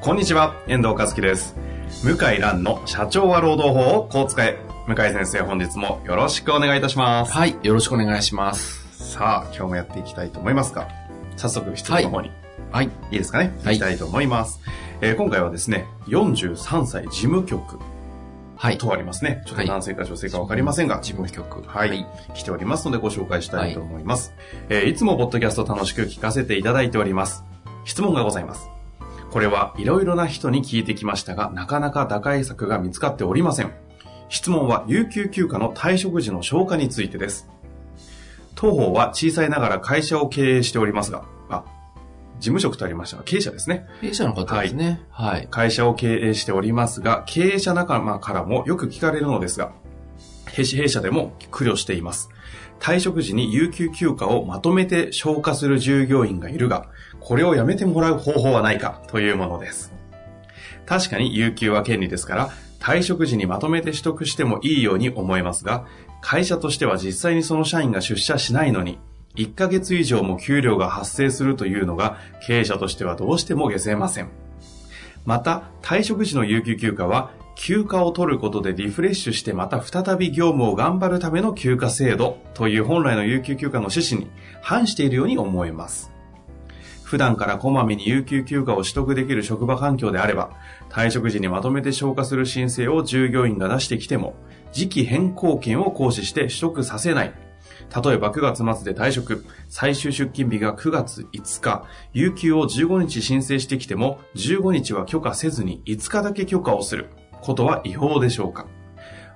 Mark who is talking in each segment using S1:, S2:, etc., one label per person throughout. S1: こんにちは、遠藤和樹です。向井蘭の社長は労働法をこう使え。向井先生、本日もよろしくお願いいたします。
S2: はい、よろしくお願いします。
S1: さあ、今日もやっていきたいと思いますが、早速質問の方に、
S2: はい、
S1: い、いですかね、、
S2: はいい
S1: きたいと思います。えー今回はですね、43歳事務局
S2: はい。
S1: とありますね。ちょっ
S2: は
S1: と
S2: い
S1: 男性か女性かわかりませんが、
S2: 事務局。
S1: はい、来ておりますのでご紹介したいと思います。いえーいつもポッドキャスト楽しく聞かせていただいております。質問がございます。これはいろいろな人に聞いてきましたが、なかなか打開策が見つかっておりません。質問は有給休暇の退職時の消化についてです。当方は小さいながら会社を経営しておりますが、あ、事務職とありましたが、経営者ですね。
S2: 弊社の方ですね。はい。
S1: 会社を経営しておりますが、経営者仲間からもよく聞かれるのですが、弊社弊社でも苦慮しています。退職時に有給休暇をまとめて消化する従業員がいるが、これをやめてもらう方法はないかというものです。確かに有給は権利ですから、退職時にまとめて取得してもいいように思えますが、会社としては実際にその社員が出社しないのに、1ヶ月以上も給料が発生するというのが、経営者としてはどうしても下せません。また、退職時の有給休暇は、休暇を取ることでリフレッシュしてまた再び業務を頑張るための休暇制度という本来の有給休暇の趣旨に反しているように思えます。普段からこまめに有給休暇を取得できる職場環境であれば、退職時にまとめて消化する申請を従業員が出してきても、時期変更権を行使して取得させない。例えば9月末で退職、最終出勤日が9月5日、有給を15日申請してきても、15日は許可せずに5日だけ許可をすることは違法でしょうか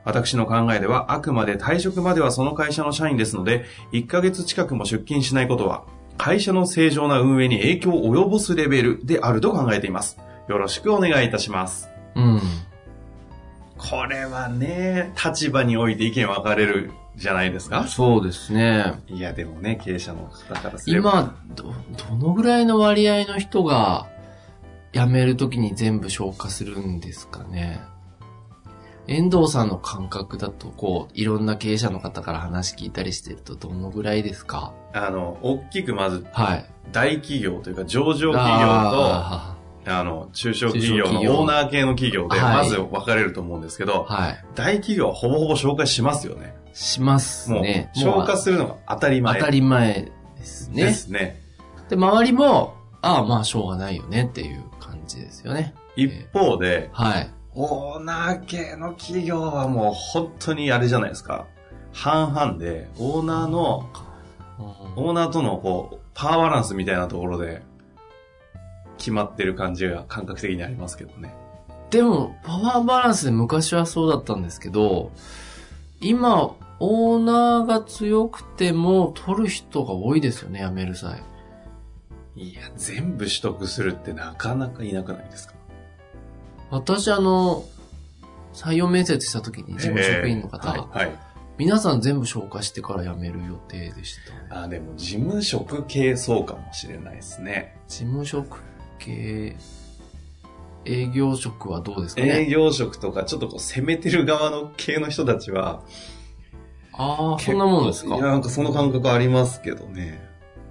S1: 私の考えでは、あくまで退職まではその会社の社員ですので、1ヶ月近くも出勤しないことは、会社の正常な運営に影響を及ぼすレベルであると考えています。よろしくお願いいたします。
S2: うん。
S1: これはね、立場において意見分かれるじゃないですか。
S2: そうですね。
S1: いや、でもね、経営者の方からすれば。
S2: 今、ど、どのぐらいの割合の人が辞めるときに全部消化するんですかね。遠藤さんの感覚だと、こう、いろんな経営者の方から話聞いたりしてると、どのぐらいですか
S1: あの、大きくまず
S2: はい。
S1: 大企業というか上場企業と、あ
S2: あ
S1: の、中小企業の
S2: 中小企業
S1: オーナー系の企業で、
S2: は
S1: ま
S2: い
S1: ず分かれると思うんですけど、
S2: ーはい。
S1: 大企業はほぼほぼ紹介しますよね。
S2: します
S1: もう、
S2: ね。
S1: 消化
S2: もう
S1: するのが当たり
S2: 当
S1: 前
S2: たり前ですね。
S1: ですね。
S2: で、周りも、ああ、まあ、しょうがないよねっていう感じですよね。
S1: 一方で、
S2: はい。
S1: オーナー系の企業はもう本当にあれじゃないですか。半々で、オーナーの、オーナーとのこう、パワーバランスみたいなところで、決まってる感じが感覚的にありますけどね。
S2: でも、パワーバランスで昔はそうだったんですけど、今、オーナーが強くても、取る人が多いですよね、辞める際。
S1: いや、全部取得するってなかなかいなくないですか
S2: 私、あの、採用面接した時に、事務職員の方、
S1: えーはい。はい、
S2: 皆さん全部消化してから辞める予定でしたね。
S1: あ、でも事務職系そうかもしれないですね。
S2: 事務職系、営業職はどうですか
S1: 営
S2: ね。
S1: 業職とか、ちょっとこう、攻めてる側の系の人たちは、
S2: ああ、そんなもんですか。
S1: いや、なんかその感覚ありますけどね。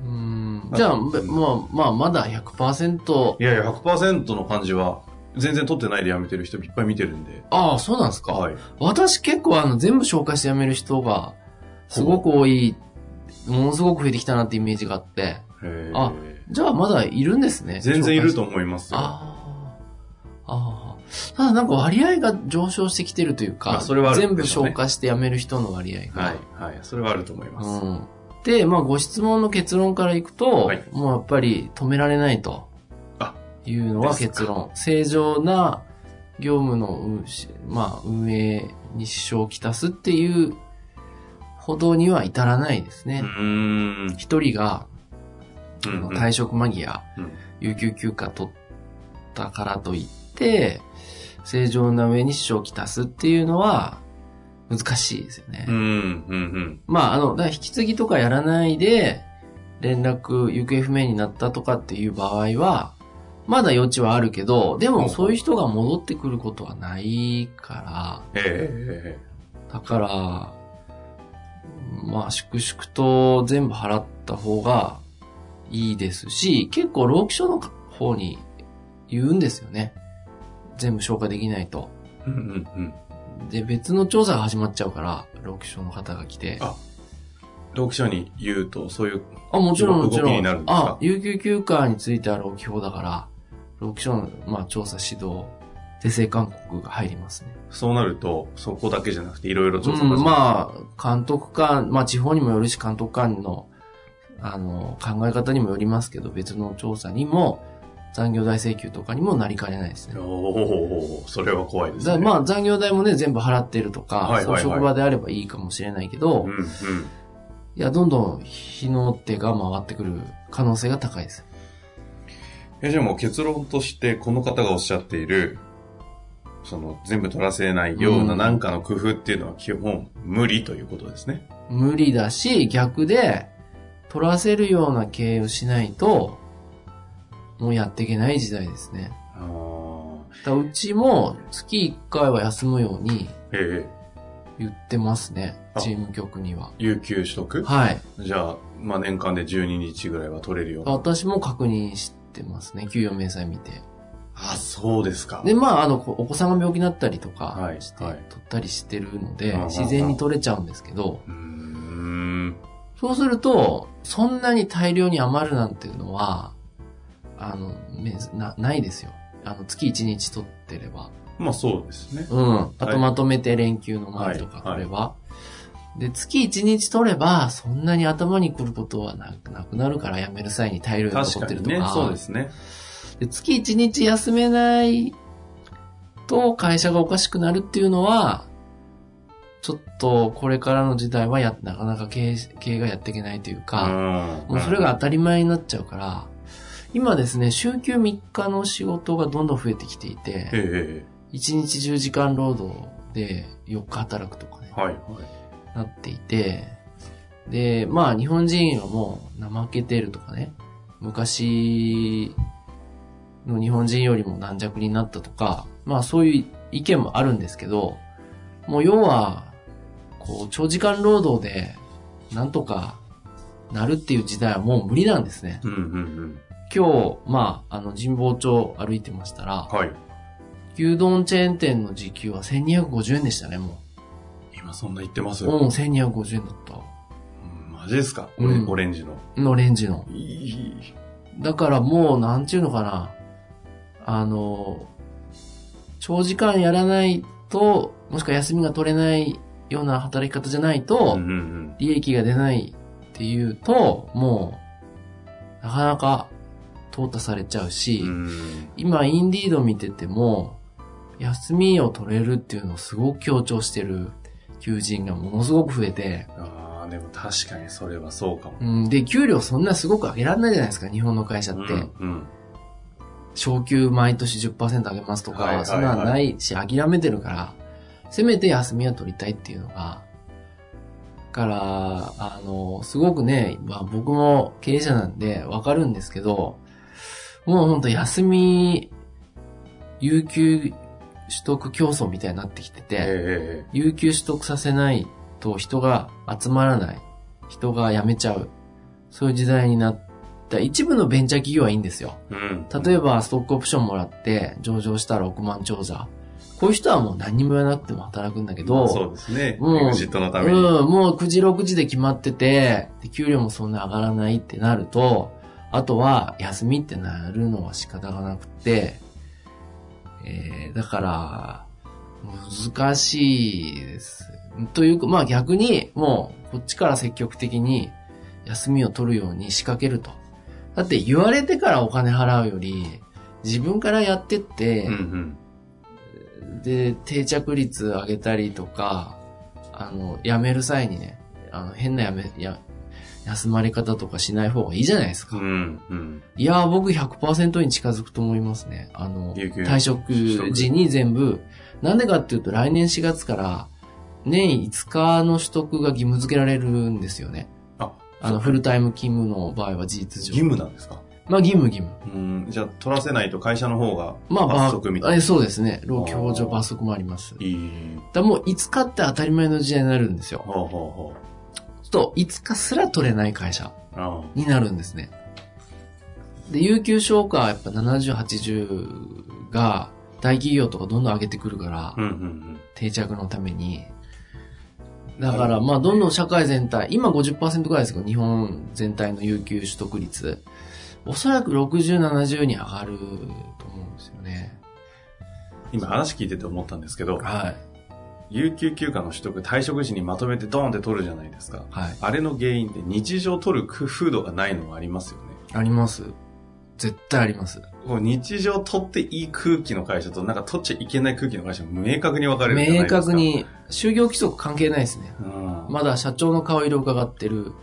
S2: うん
S1: あ
S2: じゃあ、
S1: うん
S2: べまあ、まあ、まだ100%
S1: い、やいや、100%の感じは、全然取ってないで辞めてる人いっぱい見てるんで。
S2: ああ、そうなんですか。
S1: はい。
S2: 私結構あの、全部紹介して辞める人が、すごく多い、ものすごく増えてきたなってイメージがあって、
S1: へー
S2: あじゃあまだいるんですね。
S1: 全然いると
S2: 思う。
S1: 思いますよ。
S2: ああ。ああ。ただなんか割合が上昇してきてるというか、
S1: まあそれはある
S2: 全
S1: ん
S2: 部
S1: でしょうね
S2: 消化して辞める人の割合が。
S1: はい。はい。それはあると思います。
S2: うん。で、まあご質問の結論からいくと、
S1: はい
S2: もうやっぱり止められないと
S1: あ
S2: いうのは結論。正常な業務の運,、まあ、運営に支障をきたすっていうほどには至らないです
S1: う
S2: ね。
S1: ーん。
S2: 一人が
S1: うんうん
S2: あの退職間際、
S1: うん
S2: 有給休暇取ったからといって、正常な上に支障をきたすっていうのは、難しいですよね。
S1: うん、うん、
S2: まあ、あの、だから引き継ぎとかやらないで、連絡、行方不明になったとかっていう場合は、まだ余地はあるけど、でもそういう人が戻ってくることはないから、
S1: ええ
S2: だから、まあ、粛々と全部払った方がいいですし、結構、労基署の方に言うんですよね。全部消化できないと。
S1: うん、うん、うん。
S2: で、別の調査が始まっちゃうから、労基署の方が来て。
S1: あ読者に言うと、そういう、
S2: あ、もちろん、
S1: 動
S2: も
S1: き
S2: ちろ
S1: に
S2: ん。
S1: なるんですか
S2: あ、有給休暇については労基法だから、労基署の、まあ、調査指導、是正勧告が入りますね。
S1: そうなると、そこだけじゃなくて、いろいろ調査
S2: うん、
S1: あ、
S2: まあ、監督官、まあ地方にもよるし、監督官の、あの、考え方にもよりますけど、別の調査にも、残業代請求とかにもなりかねないですね。
S1: おおそれは怖いです
S2: だ
S1: ね。
S2: まあ残業代もね、全部払ってるとか、
S1: はいはいはい
S2: そういう職場であればいいかもしれないけど、
S1: うん、うん。
S2: いや、どんどん日の手が回ってくる可能性が高いです。
S1: え、じゃあもう結論として、この方がおっしゃっている、その、全部取らせないような
S2: うん
S1: なんかの工夫っていうのは基本無理ということですね。
S2: 無理だし、逆で、取らせるような経営をしないと、もうやっていけない時代ですね。
S1: ああ。
S2: だからうちも月1回は休むように
S1: ええ
S2: 言ってますね
S1: あ。
S2: チーム局には。
S1: 有給取得
S2: はい。
S1: じゃあ、まあ年間で12日ぐらいは取れるような。
S2: 私も確認してますね。給与明細見て。
S1: あ、そうですか。
S2: で、まあ、あの、こうお子さんが病気になったりと
S1: は
S2: か
S1: い
S2: して、
S1: はい
S2: 取ったりしてるので
S1: ああ、
S2: 自然に取れちゃうんですけど、
S1: うーん。
S2: そうすると、そんなに大量に余るなんていうのは、あの、めな、ないですよ。あの、月1日取ってれば。
S1: まあそうですね。
S2: うん。あ
S1: はい
S2: とまとめて連休の前とか
S1: はい
S2: 取れば。で、月1日取れば、そんなに頭にくることはなくなくなるから、辞める際に大量に
S1: 確
S2: 残
S1: か
S2: ってる
S1: に
S2: とか。
S1: ね。そうですね。
S2: で月1日休めないと会社がおかしくなるっていうのは、ちょっとこれからの時代はや、なかなか経営経営がやっていけないというか、
S1: うん
S2: もうそれが当たり前になっちゃうから、今ですね、週休3日の仕事がどんどん増えてきてい
S1: ええ
S2: て、
S1: え
S2: 1日10時間労働で4日働くとかね
S1: え、はいはい。
S2: なっていて、で、まあ日本人はもう怠けてるとかね、昔の日本人よりも軟弱になったとか、まあそういう意見もあるんですけど、もう要は、こう長時間労働でなんとかなるっていう時代はもう無理なんですね。
S1: うんうんうん。
S2: 今日、まあ、あの、神保町歩いてましたら、
S1: はい。
S2: 牛丼チェーン店の時給は1250円でしたね、も
S1: 今そんな言ってます
S2: う。うん、1250円だった。
S1: うんマジですかオ
S2: う
S1: レ,、
S2: ん
S1: オレンジの。
S2: のレンジの。
S1: いい。
S2: だからもう、なんちゅうのかな。あの、長時間やらないと、もしくは休みが取れないような働き方じゃないと
S1: うん、うんうん。
S2: 利益が出ないっていうと、もう、なかなか、淘汰されちゃうし、
S1: うん
S2: 今、インディード見てても、休みを取れるっていうのをすごく強調してる求人がものすごく増えて、
S1: ああ、でも確かにそれはそうかも。
S2: うん、で、給料そんなすごく上げられないじゃないですか、日本の会社って。
S1: うんうん。
S2: 昇給毎年10%上げますとか、
S1: はいはいはい
S2: そんなんないし、諦めてるから、せめて休みは取りたいっていうのが、から、あの、すごくね、まあ僕も経営者なんでわかるんですけど、もうほんと休み、有給取得競争みたいになってきて
S1: ええ
S2: て、
S1: ええ
S2: 有給取得させないと人が集まらない、人が辞めちゃう、そういう時代になった、一部のベンチャー企業はいいんですよ。
S1: うん。
S2: 例えば、ストックオプションもらって、上場したら億万長者。こういう人はもう何にも言わなくても働くんだけど、
S1: そうですね。
S2: うん
S1: エグジットのために。
S2: うん、もう9時6時で決まってて、で給料もそんな上がらないってなると、あとは休みってなるのは仕方がなくて、えー、だから、難しいです。というか、まあ逆に、もう、こっちから積極的に休みを取るように仕掛けると。だって言われてからお金払うより、自分からやってって、
S1: うんうん。
S2: で、定着率上げたりとか、あの、辞める際にね、あの、変な辞め、や、休まれ方とかしない方がいいじゃないですか。
S1: うん、うん。
S2: いやー、僕100%に近づくと思いますね。あの、
S1: 有給
S2: 退職時に全部、なんでかっていうと来年4月から、年5日の取得が義務付けられるんですよね。
S1: あ、
S2: あの、フルタイム勤務の場合は事実上。
S1: 義務なんですか
S2: まあ、義務義務。
S1: うん、じゃあ取らせないと会社の方が
S2: まあ、
S1: 罰則みたい
S2: え
S1: な。
S2: そうですね。労協上罰則もあります。だか
S1: いい。
S2: らもう5日って当たり前の時代になるんですよ。
S1: ほうほ
S2: ちょっと5日すら取れない会社
S1: うほう。
S2: になるんですね。で、有給消化はやっぱ70、80が大企業とかどんどん上げてくるから、
S1: うん、うん、うん
S2: 定着のために。だから、まあ、どんどん社会全体、今50%ぐらいですけど、日本全体の有給取得率、おそらく60、70に上がると思うんですよね。
S1: うん。今話聞いてて思ったんですけど、
S2: はい。
S1: 有給休暇の取得、退職時にまとめてドーンって取るじゃないですか。
S2: はい。
S1: あれの原因って日常取る工夫度がないのもありますよね。
S2: あります。絶対あります。
S1: こう日常取っていい空気の会社と、なんか取っちゃいけない空気の会社も明確に分かれるじゃない
S2: 明
S1: ですか。
S2: 確。に、就業規則関係ないですね。
S1: うん。
S2: まだ社長の顔色を伺ってる。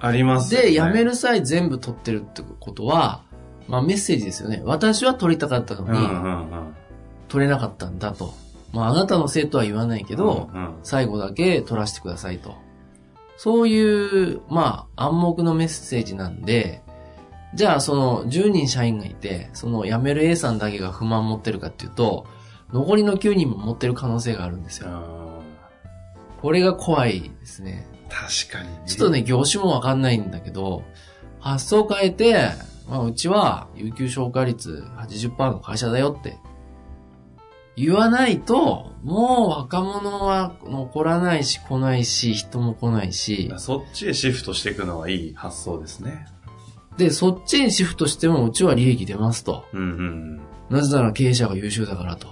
S1: ありますよね、
S2: で、辞める際全部取ってるってことは、まあメッセージですよね。私は取りたかった
S1: うんうん
S2: のに、
S1: うん。
S2: 取れなかったんだと。まああなたのせいとは言わないけど、
S1: うんうん
S2: 最後だけ取らせてくださいと。そういう、まあ暗黙のメッセージなんで、じゃあその10人社員がいて、その辞める A さんだけが不満持ってるかっていうと、残りの9人も持ってる可能性があるんですよ。
S1: うん
S2: これが怖いですね。
S1: 確かに、ね。
S2: ちょっとね、業種もわかんないんだけど、発想変えて、まあ、うちは、有給消化率80%の会社だよって、言わないと、もう若者は残らないし、来ないし、人も来ないし、
S1: そっちへシフトしていくのはいい発想ですね。
S2: で、そっちにシフトしても、うちは利益出ますと。
S1: うんうん
S2: なぜなら経営者が優秀だからと。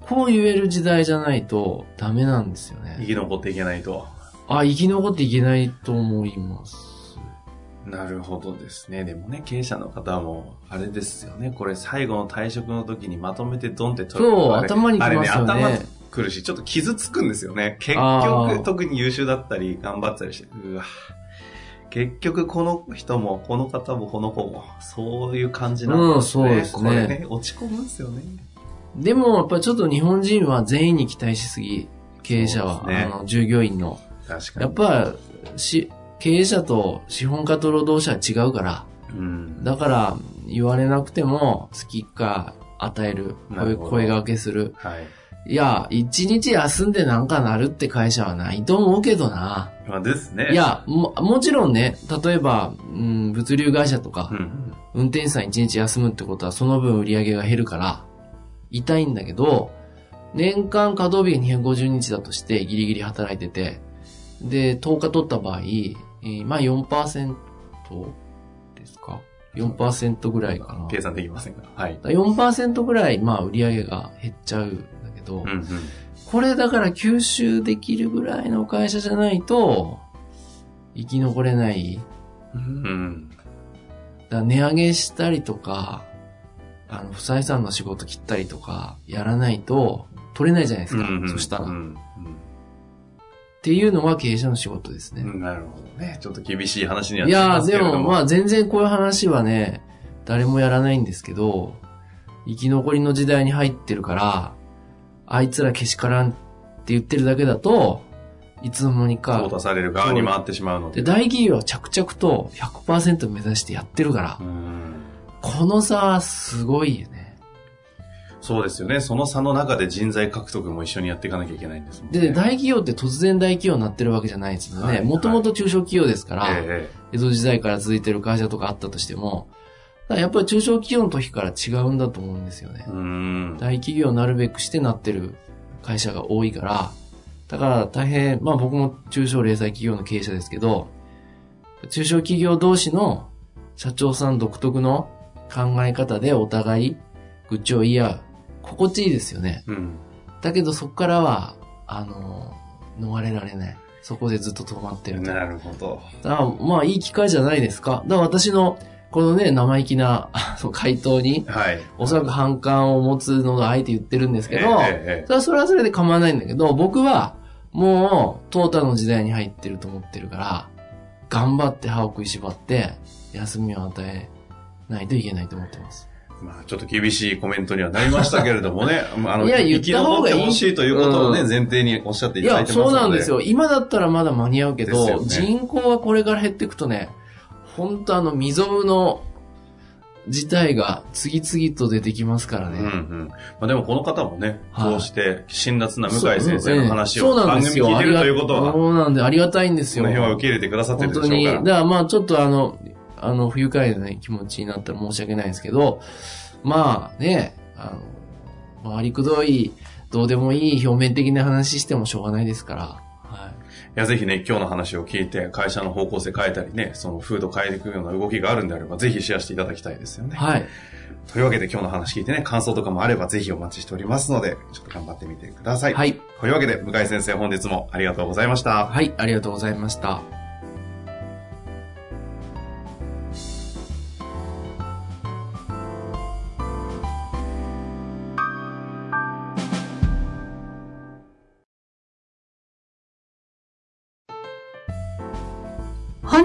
S2: こう言える時代じゃないと、ダメなんですよ
S1: うん。生
S2: ね。
S1: き残っていけないと。
S2: あ、生き残っていけないと思います。
S1: なるほどですね。でもね、経営者の方も、あれですよね。これ最後の退職の時にまとめてドンって取る
S2: そう
S1: あれ
S2: 頭にきますよね
S1: あれね、頭くるし、ちょっと傷つくんですよね。結
S2: あー
S1: 局、特に優秀だったり、頑張ったりして、うわ。結局、この人も、この方も、この子も、そういう感じなんですね。
S2: うんそうですね
S1: これね、落ち込むんですよね。
S2: でも、やっぱりちょっと日本人は全員に期待しすぎ、経営者は、
S1: そうですね
S2: あの、従業員の。
S1: 確かに。
S2: やっ、ぱ、し、経営者と資本家と労働者は違うから、
S1: うん。
S2: だから、言われなくても、好きか、与える、
S1: な
S2: 声
S1: るほど
S2: 声がけする。
S1: はい。
S2: いや、一日休んでなんかなるって会社はないと思うけどな。
S1: まあですね。
S2: い、や、も、もちろんね、例えば、うん、物流会社とか
S1: う、ん。
S2: 運転手さん一日休むってことはその分売り上げが減るから、痛いんだけど、年間稼働日が250日だとしてギリギリ働いてて、で、10日取った場合、えーまあ4%ですか ?4% ぐらいかな。
S1: 計算できませんが。はい。
S2: 4%ぐらい、まあ売り上げが減っちゃうんだけど、
S1: うん
S2: これだから吸収できるぐらいの会社じゃないと、生き残れない。
S1: うん。うん。
S2: だから値上げしたりとか、あの、不採算の仕事切ったりとか、やらないと、取れないじゃないですか。そしたら、
S1: う
S2: っ
S1: ん
S2: ていうのは経営者の仕事です
S1: う
S2: ね。
S1: ん。なるほどね。ちょっと厳しい話にはい
S2: や
S1: な
S2: ー、
S1: って
S2: で
S1: ますけれど
S2: も、ま
S1: も。
S2: あ、全然こういう話はね、誰もやらないんですけど、生き残りの時代に入ってるから、あいつらけしからんって言ってるだけだと、いつの間に
S1: 淘
S2: か、
S1: 汰される側に回ってしまうので。
S2: で大企業は着々と100%目指してやってるから
S1: う、ん
S2: この差はすごいよね。
S1: そうですよね。その差の中で人材獲得も一緒にやっていかなきゃいけないんですもんね。
S2: で、大企業って突然大企業になってるわけじゃないですよ
S1: はい
S2: ね。
S1: はい
S2: もともと中小企業ですから、
S1: え
S2: 江戸時代から続いてる会社とかあったとしても、だからやっぱり中小企業の時から違うんだと思うんですよね
S1: え。うん。
S2: 大企業なるべくしてなってる会社が多いから、だから大変、まあ僕も中小零細企業の経営者ですけど、中小企業同士の社長さん独特の考え方でお互い愚痴を言い合う。心地いいですよね。
S1: うん。
S2: だけどそこからは、あの、逃れられない。そこでずっと止まってると。だか
S1: なるほど。
S2: らまあいい機会じゃないですか。だから私の、このね、生意気な、あの、回答に、
S1: はい。
S2: おそらく反感を持つのがあえて言ってるんですけど、
S1: えええ
S2: それはそれはそれで構わないんだけど、僕は、もう、トータの時代に入ってると思ってるから、頑張って歯を食いしばって、休みを与えないといけないと思ってます。
S1: まあ、ちょっと厳しいコメントにはなりましたけれどもね、 まああの、
S2: いや言
S1: 生
S2: っ
S1: き
S2: た方
S1: 残っ
S2: がい
S1: て
S2: い
S1: ほしいということをね、
S2: うん
S1: 前提におっしゃってい
S2: い
S1: ただい
S2: や、
S1: てますの
S2: そ
S1: で。
S2: うなんですよ。今だったらまだ間に合うけ
S1: ですよ
S2: ど、
S1: ね
S2: 人口がこれから減っていくとね、本当あの、未曾有の事態が次々と出てきますからね。
S1: うんうん。まあでもこの方もね、
S2: はい
S1: こうして辛辣な向井先生の話
S2: そ
S1: を
S2: うなん
S1: 番
S2: です
S1: 組聞
S2: よ
S1: いてるということ
S2: ありが
S1: は、
S2: そうなんで、ありがたいんです
S1: そ
S2: よ。
S1: の辺は受け入れてくださってる
S2: 本
S1: でしょう
S2: 当
S1: か
S2: に。だ
S1: ら。
S2: からまあちょっとあの、あの、不愉快な気持ちになったら申し訳ないですけど、まあね、あの、回りくどい、どうでもいい表面的な話してもしょうがないですから。はい
S1: や、ぜひね、今日の話を聞いて、会社の方向性変えたりね、その風土変えていくような動きがあるんであれば、ぜひシェアしていただきたいですよ
S2: い。
S1: ね。
S2: はい。
S1: というわけで今日の話聞いてね、感想とかもあれば、ぜひお待ちしておりますので、ちょっと頑張ってみてください。
S2: はい。
S1: というわけで、向井先生本日もありがとうございました。
S2: はい、ありがとうございました。
S3: 本